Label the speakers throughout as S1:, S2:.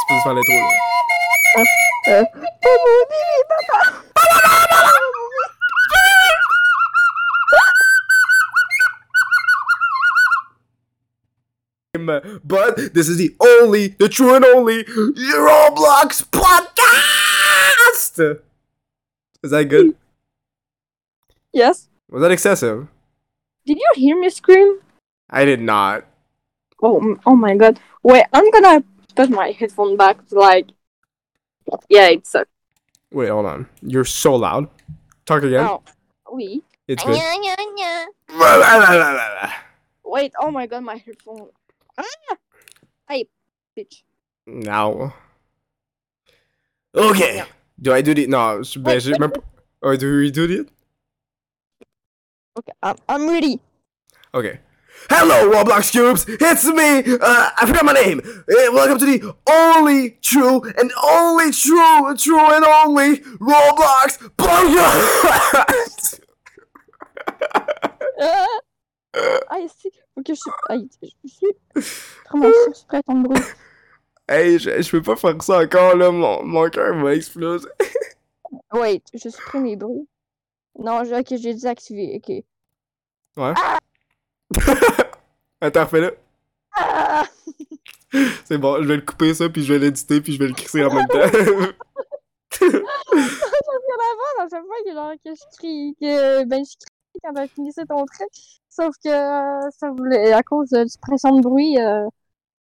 S1: supposé faire l'intro, là. But this is the only, the true and only Roblox podcast. Is that good?
S2: Yes.
S1: Was that excessive?
S2: Did you hear me scream?
S1: I did not.
S2: Oh, m- oh my god. Wait, I'm gonna put my headphone back. Like, yeah, it sucks.
S1: Wait, hold on. You're so loud. Talk again.
S2: Oh, oui.
S1: It's good.
S2: Wait, oh my god, my headphone. Ah! Hey, bitch.
S1: Now. Okay. Do I do the no? je- Ben,
S2: Wait,
S1: j'ai
S2: wait,
S1: même. Oh, do we do it?
S2: Okay, I'm, I'm ready.
S1: Okay. Hello, Roblox Cubes! It's me! Uh, I forgot my name! Uh, welcome to the only true and only true, true and only Roblox podcast!
S2: Ah, ah c'est. Ok, je suis. Aïe, je suis. Vraiment, je suis prête à me brûler.
S1: hey, je, je peux pas faire ça encore, là, mon, mon cœur va exploser.
S2: Wait, je supprime les bruits. Non, je- ok, j'ai désactivé. Ok.
S1: Ouais. Attends, fais-le.
S2: Ah!
S1: C'est bon, je vais le couper ça, puis je vais l'éditer, puis je vais le crisser en même temps.
S2: J'avais l'avant, à chaque fois que, genre, que je crie, que ben, je crie quand elle finissait ton trait. Sauf que euh, ça voulait, à cause euh, du pression de bruit, euh,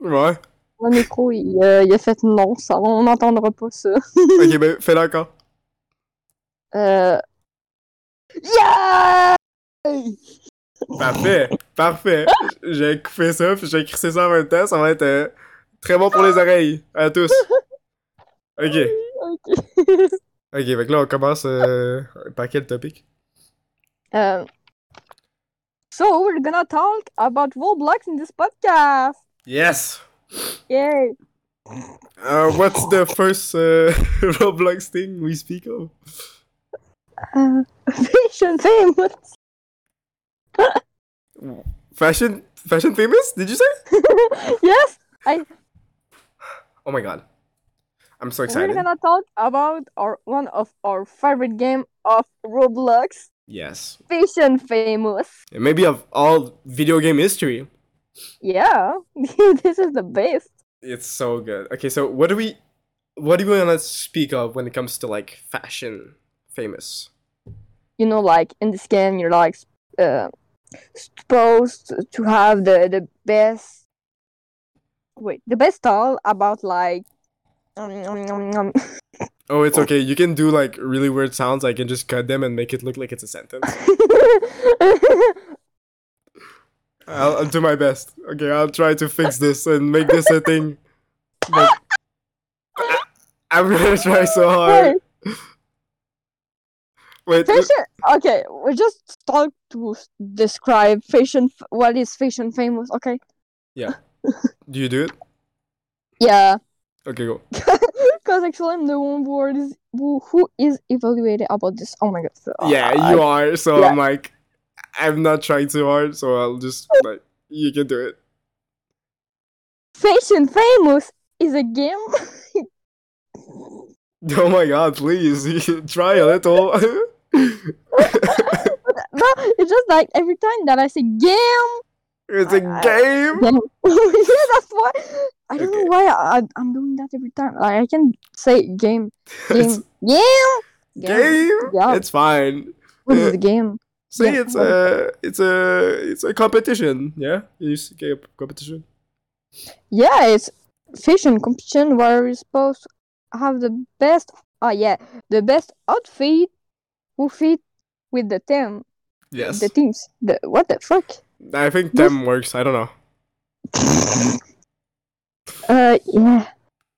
S1: ouais.
S2: le micro il, euh, il a fait non, ça, on n'entendra pas ça.
S1: Ok, ben, fais-le encore.
S2: Euh... Yeah!
S1: Parfait, parfait. J'ai coupé ça, puis j'ai crissé ça en même temps. Ça va être euh, très bon pour les oreilles, à tous. Ok,
S2: Ok.
S1: ok, fait que là, on commence euh, par quel topic?
S2: Euh, So, we're gonna talk about Roblox in this podcast!
S1: Yes!
S2: Yay!
S1: Uh, what's the first uh, Roblox thing we speak of?
S2: Euh, Fashion famous!
S1: Fashion, fashion famous, did you say?
S2: Yes!
S1: Oh my god. I'm so
S2: We're
S1: excited.
S2: gonna talk about our one of our favorite game of Roblox,
S1: Yes.
S2: Fish and Famous.
S1: And maybe of all video game history.
S2: Yeah, this is the best.
S1: It's so good. Okay, so what do we what do we want to speak of when it comes to like fashion famous?
S2: You know, like in this game, you're like uh, supposed to have the the best. Wait, the best all about like. okay,
S1: Oh, it's okay. You can do like really weird sounds. I can just cut them and make it look like it's a sentence. I'll, I'll do my best. Okay, I'll try to fix this and make this a thing. But I, am gonna try so hard. Wait, uh,
S2: fashion. Okay, we just talk to s- describe fashion. f- What is fashion famous? Okay.
S1: do you do it?
S2: Yeah.
S1: Okay, go.
S2: Because actually, I'm the one who is, who, who is evaluated about this. Oh my god. so, uh,
S1: Yeah, you are. So
S2: yeah.
S1: I'm like, I'm not trying too hard. So I'll just like, you can do it.
S2: Fashion Famous is a game.
S1: Oh my god, please try a little.
S2: no, it's just like every time that I say game.
S1: it's a
S2: I-
S1: game.
S2: game. yeah, that's why. I don't
S1: Okay.
S2: know why I, I, I'm doing that every time. Like, I can say game.
S1: It's
S2: Game. Game.
S1: game.
S2: Yeah.
S1: It's fine.
S2: What is the game?
S1: See,
S2: Yeah.
S1: it's a, it's a, it's a competition. Yeah, you see, okay, competition.
S2: Yeah, it's fashion competition where you're supposed to have the best. Oh, yeah. The best outfit who fit with the team.
S1: Yes,
S2: the teams. The what the fuck?
S1: I think
S2: Yes.
S1: them works. I don't know.
S2: Uh, yeah.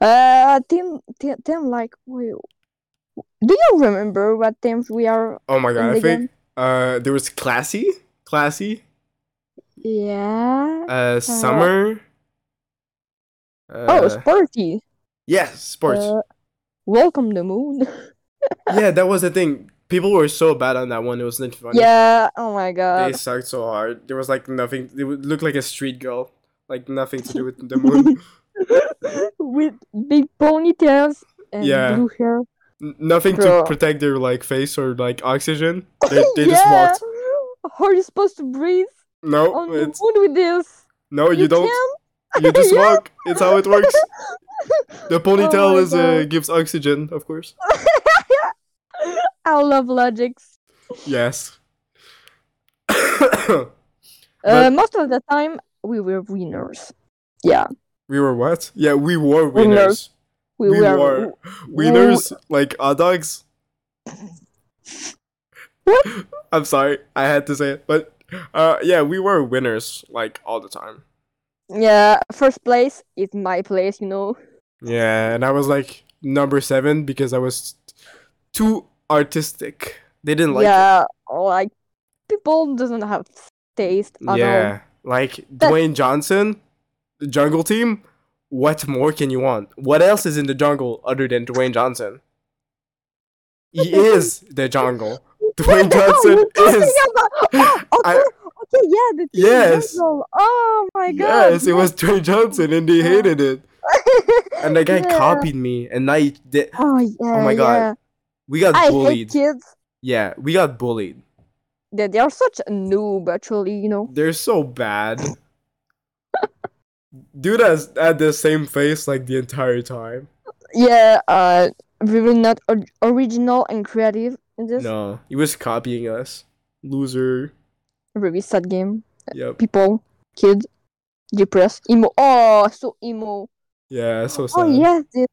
S2: Uh, team, team, team. Like, wait. Do you remember what teams we are?
S1: Oh my god,
S2: And
S1: I
S2: the
S1: think uh, there was classy, classy,
S2: Yeah.
S1: uh, summer.
S2: oh,
S1: Uh,
S2: sporty.
S1: yes, sports.
S2: Uh, welcome the moon.
S1: yeah, that was the thing. People were so bad on that one. It wasn't funny.
S2: yeah. Oh my
S1: They
S2: god.
S1: sucked so hard. There was like nothing. They would look like a street girl, like nothing to do with the moon.
S2: With big ponytails and
S1: Yeah.
S2: blue hair.
S1: N- nothing to
S2: Bro.
S1: protect their like face or like oxygen. They, they just walked.
S2: How are you supposed to breathe on
S1: No,
S2: the
S1: it's
S2: moon with this?
S1: no. You don't.
S2: can?
S1: You just
S2: Yeah. Oh
S1: walk. It's how it works. The ponytail
S2: my
S1: is uh,
S2: God.
S1: gives oxygen, of course.
S2: I love logics.
S1: Yes.
S2: Uh,
S1: But-
S2: most of the time, we were winners. Yeah,
S1: we were what? Yeah, we were
S2: Winners.
S1: winners.
S2: we,
S1: We
S2: were.
S1: were. Winners like our dogs.
S2: What?
S1: I'm sorry, I had to say it, but uh, yeah, we were winners like all the time.
S2: Yeah, first place is my place, you know.
S1: Yeah, and I was like number seven because I was too artistic. They didn't like it.
S2: yeah, like people doesn't have taste at all.
S1: Yeah, like Dwayne Johnson, the Jungle Team. What more can you want? What else is in the jungle other than Dwayne Johnson? He is the jungle. Dwayne
S2: What the hell
S1: Johnson
S2: you talking
S1: is.
S2: about? Oh,
S1: I-
S2: okay, okay, yeah, the team
S1: Yes.
S2: jungle. Oh my god.
S1: Yes, it was Dwayne Johnson, and they
S2: Yeah.
S1: hated it.
S2: yes.
S1: And the guy
S2: Yeah.
S1: copied me, and I did.
S2: Oh yeah.
S1: my God,
S2: yeah.
S1: We got
S2: I hate
S1: bullied.
S2: kids.
S1: Yeah, we got bullied.
S2: They, they are such a noob, actually. You know.
S1: They're so bad. Dude has had the same face like the entire time.
S2: Yeah. Uh, we were not or- original and creative in this
S1: No, he was copying us. Loser.
S2: really sad game.
S1: Yep.
S2: People, kids, depressed, emo. Oh, so emo.
S1: Yeah, so sad.
S2: Oh yes, the,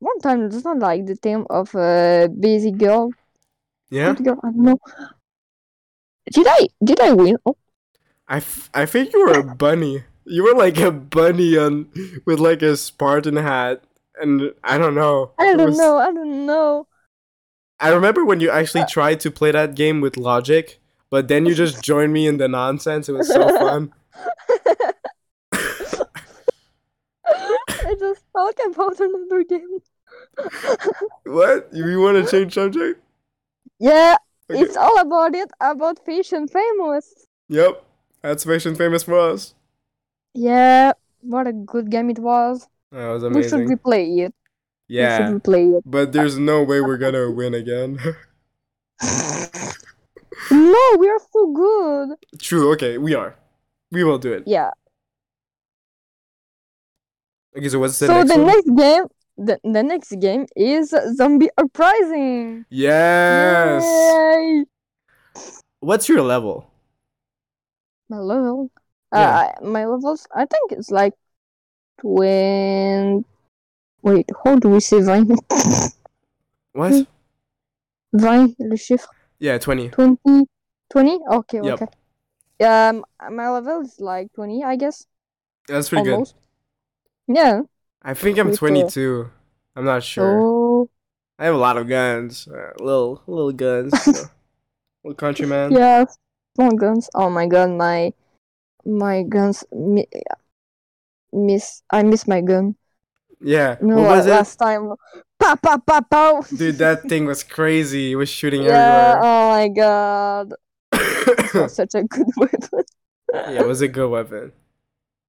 S2: one time it's not like the theme of uh, basic girl,
S1: Yeah?
S2: good girl. I don't know. Did I did I win? Oh,
S1: I, f- I think you were a bunny. You were like a bunny on with like a Spartan hat, and I don't know.
S2: I
S1: It
S2: don't
S1: was-
S2: know. Uh, I don't know.
S1: I remember when you actually tried to play that game with logic, but then you just joined me in the nonsense. It was so fun.
S2: I just thought about another game.
S1: What? You want to change subject?
S2: Yeah,
S1: Okay.
S2: it's all about it about fish and famous.
S1: Yep. That's Fashion Famous for us.
S2: Yeah, what a good game it was.
S1: That was
S2: We should
S1: amazing.
S2: replay it. We
S1: yeah.
S2: should replay it.
S1: But there's no way we're gonna win again.
S2: No, we are so good.
S1: True. Okay, we are. We will do it.
S2: Yeah.
S1: Okay, so what's the
S2: so
S1: next
S2: the
S1: one?
S2: next game the, the next game is zombie uprising
S1: yes.
S2: Yay!
S1: What's your level?
S2: my level
S1: Yeah.
S2: uh, I- my levels i think it's like twenty wait how do we say 20 Hmm?
S1: What?
S2: 20 le chiffre
S1: Yeah, twenty.
S2: 20 20 okay
S1: Yep.
S2: okay um my level is like 20 i guess
S1: That's pretty
S2: almost yeah
S1: good. I think I'm
S2: With the-
S1: twenty-two. I'm not sure.
S2: so
S1: I have a lot of guns, uh, little little guns, you know. little countryman.
S2: Yeah, small guns. Oh my god, my my guns. Mi- miss, I miss my gun.
S1: Yeah.
S2: No,
S1: what was
S2: la-
S1: it?
S2: last time. Pa pa pa pow.
S1: Dude, that thing was crazy. It was shooting
S2: yeah. uh, Oh my god,
S1: everywhere.
S2: that's such a good weapon.
S1: yeah, it was a good weapon.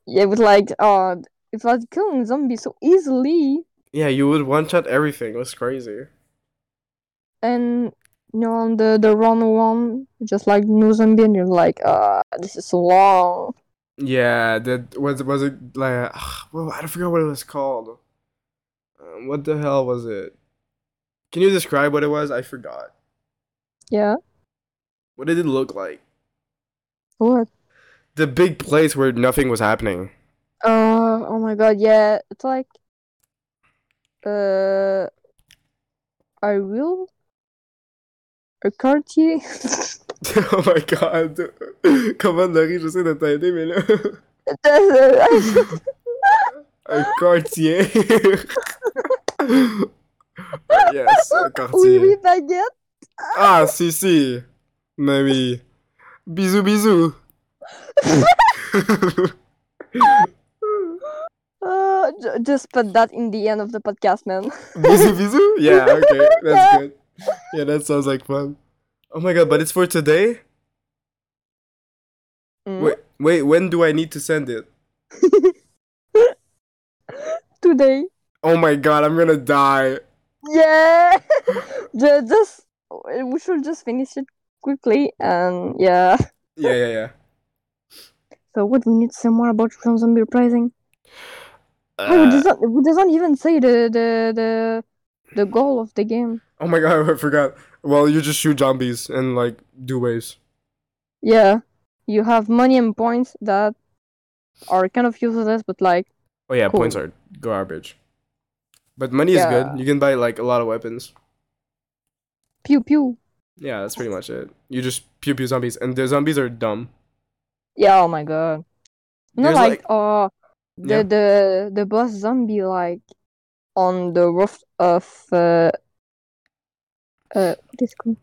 S2: Yeah, but like, oh, it was killing zombies so easily,
S1: Yeah, you would one shot everything. It was crazy.
S2: and you know, on the the wrong one, just like no zombie, and you're like, uh, this is so long.
S1: Yeah, that was was it like ah, well, I forgot what it was called. Um, what the hell was it? Can you describe what it was? I forgot.
S2: Yeah.
S1: What did it look like?
S2: What?
S1: The big place where nothing was happening.
S2: Uh, oh my god, yeah, it's like, uh, I will, a Cartier.
S1: oh my god. Comment Laurie, je sais de t'aider, mais là. Un quartier. yes, un
S2: Oui,
S1: quartier.
S2: oui, baguette.
S1: Ah, si, si. Mais oui. Bisous, bisous.
S2: Uh, ju- just put that in the end of the podcast, man.
S1: bisous, bisous. Yeah, okay. That's good. Yeah, that sounds like fun. Oh my god, but it's for today?
S2: Mm.
S1: Wait, wait, when do I need to send it?
S2: Today.
S1: Oh my god, I'm gonna die.
S2: Yeah. Ju- just we should just finish it quickly and yeah.
S1: Yeah, yeah, yeah.
S2: So what we need to say more about Clone Zombie Uprising? oh, it
S1: Uh,
S2: doesn't it doesn't even say the the the the goal of the game.
S1: oh my god, I forgot. Well, you just shoot zombies and like do waves.
S2: Yeah. You have money and points that are kind of useless, but like
S1: Oh yeah,
S2: Cool.
S1: points are garbage. But money is
S2: Yeah.
S1: good. You can buy like a lot of weapons.
S2: pew pew.
S1: Yeah, that's pretty much it. You just pew pew zombies, and the zombies are dumb.
S2: Yeah, oh my god. Not
S1: There's,
S2: like, uh the
S1: Yeah.
S2: the the boss zombie like on the roof of uh uh this cool.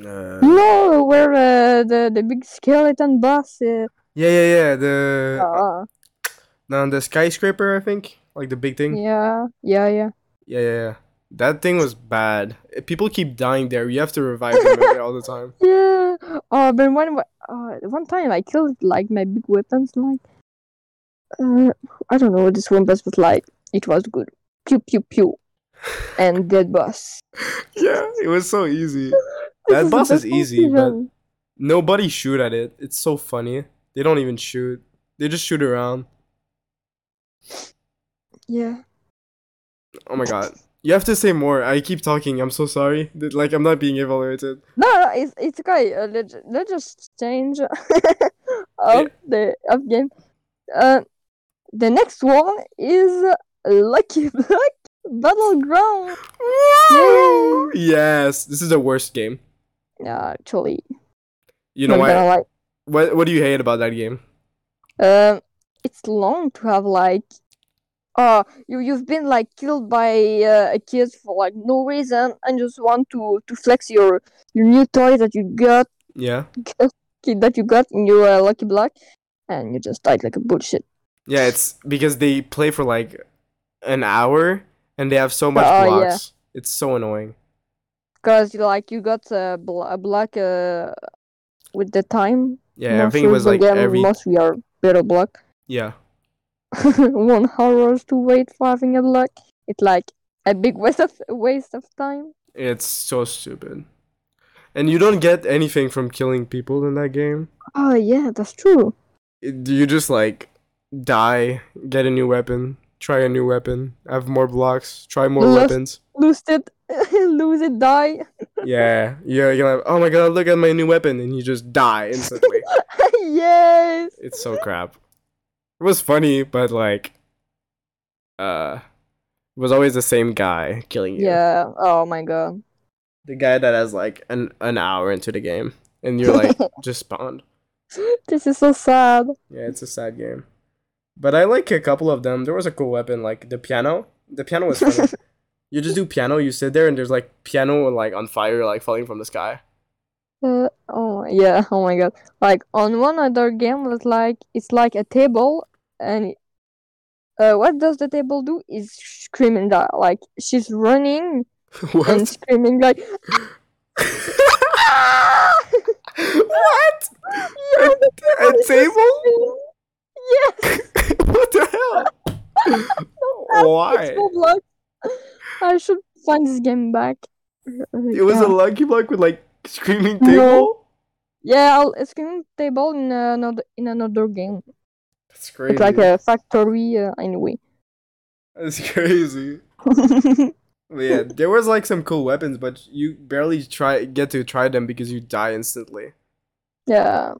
S1: Uh,
S2: No, where uh, the the big skeleton boss uh,
S1: yeah, yeah, yeah. The
S2: uh,
S1: no, the skyscraper, I think, like the big thing.
S2: yeah, yeah, yeah.
S1: Yeah, yeah, yeah. That thing was bad. Uh, People keep dying there. You have to revive them every- all the time.
S2: Yeah. Oh, but one wa- uh, one time I killed like my big weapons, like uh, I don't know this one boss, but like it was good. Pew pew pew, and dead boss.
S1: Yeah, it was so easy.
S2: This
S1: That
S2: the
S1: boss is
S2: best
S1: easy, but-
S2: decision.
S1: Nobody shoot at it. It's so funny. They don't even shoot. They just shoot around.
S2: yeah.
S1: Oh my god. You have to say more. I keep talking. I'm so sorry. That- Like I'm not being evaluated.
S2: No, no, it's it's okay. Uh, let's, let's just change of the of game. Uh, the next one is Lucky Block Battleground.
S1: Woo! Yes, this is the worst game.
S2: Yeah, actually,
S1: You know
S2: not
S1: why?
S2: gonna lie.
S1: What What do you hate about that game?
S2: Um, it's long to have like, uh, you you've been like killed by uh, a kid for like no reason and just want to to flex your your new toy that you got
S1: Yeah.
S2: that you got in your uh, Lucky Block, and you just died like a bullshit.
S1: Yeah, it's because they play for like an hour and they have so much
S2: Oh, yeah.
S1: blocks. It's so annoying.
S2: Cause you like you got a, bl- a black uh with the time.
S1: Yeah, I
S2: Most
S1: think it was
S2: shows
S1: like
S2: again,
S1: every
S2: most we are better block.
S1: yeah.
S2: One hours to wait for having a block. It's like a big waste of waste of time.
S1: It's so stupid. And you don't get anything from killing people in that game.
S2: Oh yeah, that's true.
S1: It- You just like die, get a new weapon, try a new weapon, have more blocks, try more
S2: Lost-
S1: weapons.
S2: Lose it, lose it, die.
S1: Yeah, yeah. You're like, oh my god, look at my new weapon, and you just die instantly.
S2: yes.
S1: it's so crap. It was funny, but like, uh, it was always the same guy killing you.
S2: Yeah. Oh my god.
S1: The guy that has like an an hour into the game, and you're like just spawned.
S2: This is so sad.
S1: Yeah, it's a sad game. But I like a couple of them. There was a cool weapon, like the piano. The piano was funny. you just do piano, you sit there, and there's like piano like on fire, like falling from the sky.
S2: Uh, oh yeah, oh my god. Like on one other game was like it's like a table and uh what does the table do is screaming that like she's running and
S1: what?
S2: screaming like
S1: what?
S2: yeah, the
S1: A, a
S2: table is
S1: table?
S2: screaming. Yes,
S1: what the hell? Why?
S2: it's Roblox. I should find this game back.
S1: It was a
S2: Yeah.
S1: lucky block with like screaming
S2: No.
S1: table.
S2: yeah, I'll- a screaming table in another in another game.
S1: That's crazy.
S2: It's like a factory uh, anyway.
S1: That's crazy. But yeah, there was like some cool weapons, but you barely try get to try them because you die instantly.
S2: Yeah.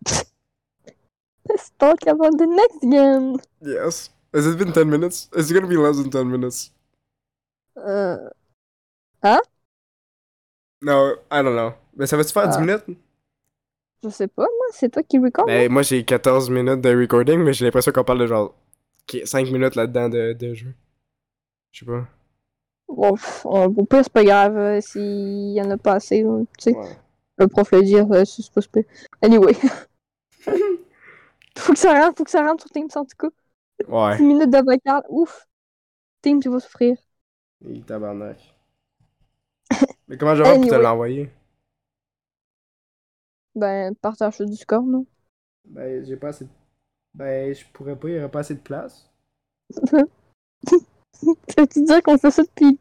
S2: Let's talk about the next game.
S1: Yes. Has it been ten minutes? It's gonna be less than ten minutes.
S2: Uh,
S1: No, I don't know. Mais ça fait-tu faire 10
S2: Ah. Oh.
S1: minutes?
S2: je sais pas, moi, c'est toi qui hein? record.
S1: Ben, moi j'ai 14 minutes de recording, mais j'ai l'impression qu'on parle de genre 5 minutes là-dedans de, de jeu. Je sais pas.
S2: Bon, pff, on- au pire, c'est pas grave euh, s'il y en a pas assez. euh, Tu sais,
S1: Ouais.
S2: le prof le dire, euh, c'est pas super. Anyway. faut que ça rentre, faut que ça rentre sur Teams en tout cas.
S1: Ouais.
S2: 10 minutes d'avocat, ouf. Teams, tu vas souffrir.
S1: Et tabarnak. Mais comment je vais faire pour te
S2: Anyway.
S1: l'envoyer?
S2: Ben, partage sur Discord, non?
S1: Ben, j'ai pas assez de... Ben, je pourrais pas, il y aurait pas assez de place.
S2: Ça veut dire qu'on fait ça depuis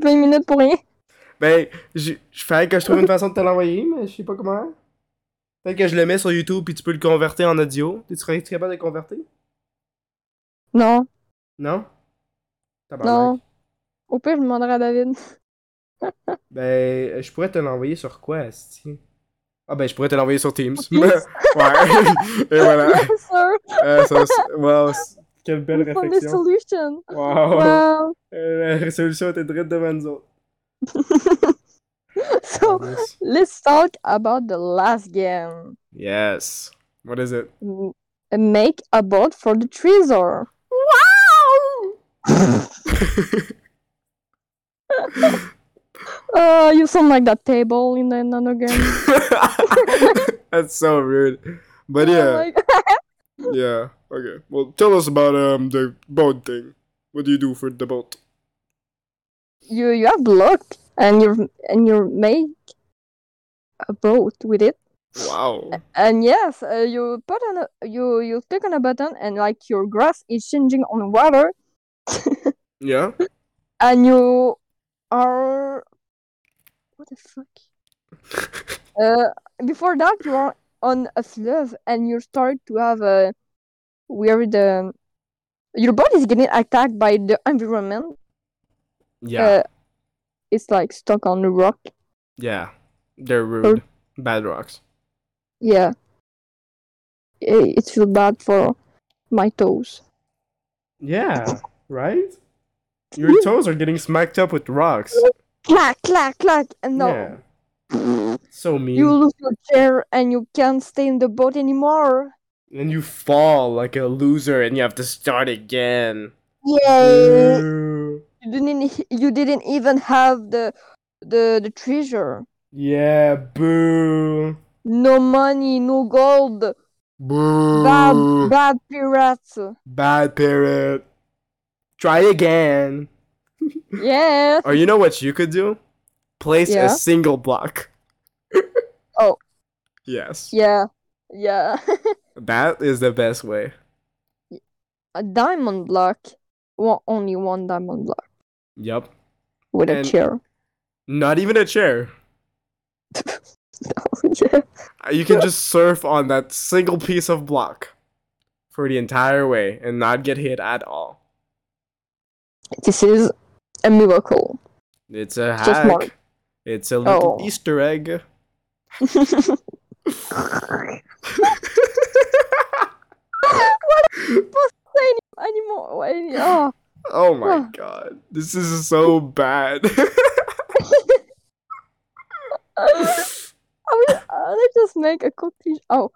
S2: 20 minutes pour rien?
S1: Ben, je je fallait que je trouve une façon de te l'envoyer, mais je sais pas comment. Peut-être que je le mets sur YouTube puis tu peux le convertir en audio. Tu serais capable de le convertir?
S2: Non,
S1: Non?
S2: non.
S1: Tabarnak.
S2: Au pire, je demanderai à David.
S1: Ben, je pourrais te l'envoyer sur quoi, Asti? Ah ben, je pourrais te l'envoyer sur Teams.
S2: Teams?
S1: ouais. Et voilà.
S2: Yes, sir!
S1: Euh, ça, c'est- wow, c'est- quelle belle
S2: We found a
S1: réflexion. Oh
S2: solution!
S1: Wow.
S2: Wow!
S1: Euh, la résolution était direct devant nous autres.
S2: So, let's talk about the last game.
S1: Yes. What is it?
S2: M- Make a boat for the treasure. Uh, you sound like that table in another game.
S1: That's so rude. But
S2: Oh
S1: yeah,
S2: my God.
S1: yeah. Okay. Well, tell us about um the boat thing. What do you do for the boat?
S2: you you have luck, and you and you make a boat with it.
S1: Wow.
S2: And yes, uh, you put on a, you you click on a button, and like your grass is changing on water,
S1: Yeah.
S2: and you are what the fuck? Uh, before that, you are on a slave, and you start to have a weird. Um, your body is getting attacked by the environment.
S1: Yeah.
S2: Uh, it's like stuck on the rock.
S1: Yeah. They're
S2: oh.
S1: rude. Bad rocks.
S2: Yeah. I- It feels bad for my toes.
S1: Yeah. Right. Your toes are getting smacked up with rocks.
S2: Clack, clack, clack, and Oh, no.
S1: Yeah. So mean.
S2: You lose your chair and you can't stay in the boat anymore.
S1: And you fall like a loser and you have to start again.
S2: Yay!
S1: Ew.
S2: You didn't. You didn't even have the, the the treasure.
S1: Yeah, boo.
S2: No money, no gold.
S1: Boo.
S2: Bad,
S1: Mm.
S2: bad pirates.
S1: Bad parrot. Try again.
S2: Yeah.
S1: Or you know what you could do? Place
S2: Yeah.
S1: a single block.
S2: Oh.
S1: Yes.
S2: Yeah. Yeah.
S1: That is the best way.
S2: a diamond block. One, only one diamond block
S1: Yep.
S2: with a
S1: And-
S2: chair.
S1: Not even a chair.
S2: yeah.
S1: Uh, You can just surf on that single piece of block for the entire way and not get hit at all.
S2: This is a miracle.
S1: It's a
S2: just
S1: hack.
S2: Mark.
S1: It's a little
S2: Oh.
S1: Easter egg.
S2: anymore. Wait, Oh,
S1: oh my
S2: Huh.
S1: god. This is so bad.
S2: Oh. I mean, uh, let's just make a conclusion. Oh,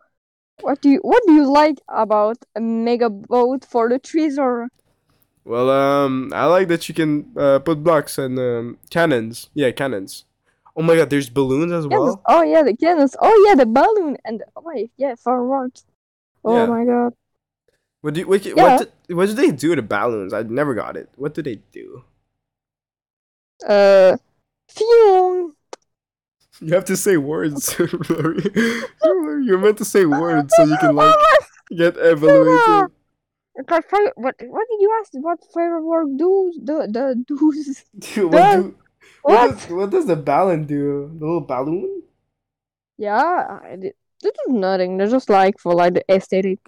S2: what do you what do you like about a mega boat for the treasure?
S1: well, um, I like that you can uh, put blocks and um, cannons. Yeah, cannons. Oh my god, there's balloons as
S2: Yes.
S1: well.
S2: Oh yeah, the cannons. Oh yeah, the balloon and the, wait, yeah, fireworks. Oh
S1: Yeah.
S2: my god.
S1: What do you, what,
S2: Yeah.
S1: what, do, what do they do to balloons? I never got it. What do they do?
S2: Uh, phew.
S1: You have to say words, Laurie. You're you're meant to say words so you can like get evaluated.
S2: What, fire- Oh, what what did you ask? What firework do the the do's?
S1: Dude, what, do, what,
S2: What?
S1: does, what does the balloon do? The little balloon?
S2: Yeah, I did. This is nothing. They're just like for like the aesthetic.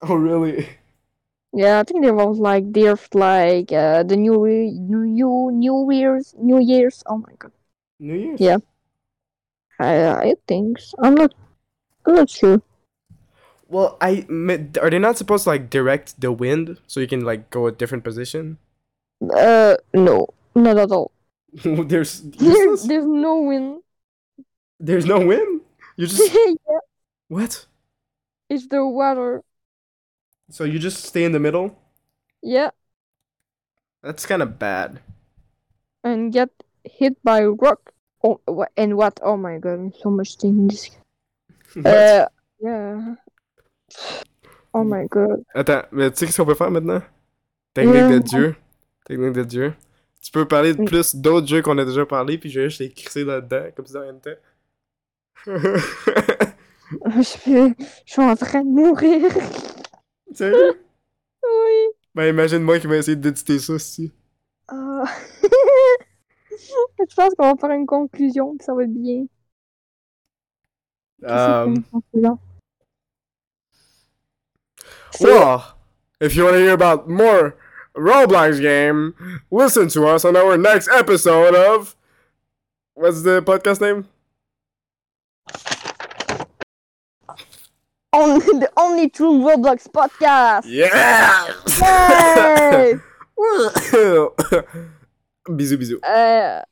S1: Oh really?
S2: Yeah, I think there was like there like uh the new Re- new new new years new years. Oh my god,
S1: New Year's?
S2: Yeah. I I think so. I'm not I'm not sure.
S1: Well, I me- are they not supposed to like direct the wind so you can like go a different position?
S2: Uh, no, not at all.
S1: there's
S2: There's
S1: useless?
S2: there's no wind.
S1: there's no wind. You just
S2: yeah,
S1: what?
S2: it's the water.
S1: So you just stay in the middle?
S2: Yeah,
S1: That's kind of bad.
S2: and get hit by rock. Oh, wha- and what? Oh my god, so much things.
S1: What?
S2: Uh, yeah. Oh my god.
S1: Attends, mais tu sais qu'est-ce qu'on peut faire maintenant? Technique
S2: Euh,
S1: de Dieu. Technique de Dieu. Tu peux parler de
S2: Mm.
S1: plus d'autres jeux qu'on a déjà parlé, puis je vais juste les crisser là-dedans, comme si de rien n'était.
S2: Je, je suis en train de mourir.
S1: Sérieux?
S2: Oui.
S1: Ben imagine-moi qui va essayer d'éditer ça aussi.
S2: Ah. Je pense qu'on va faire une conclusion, puis ça va être bien. Qu'est-ce que c'est
S1: Um,
S2: une conclusion?
S1: well, if you want to hear about more Roblox game, listen to us on our next episode of. What's the podcast name?
S2: Only, the only true Roblox podcast!
S1: Yeah!
S2: Yay!
S1: bisous, bisous.
S2: Euh,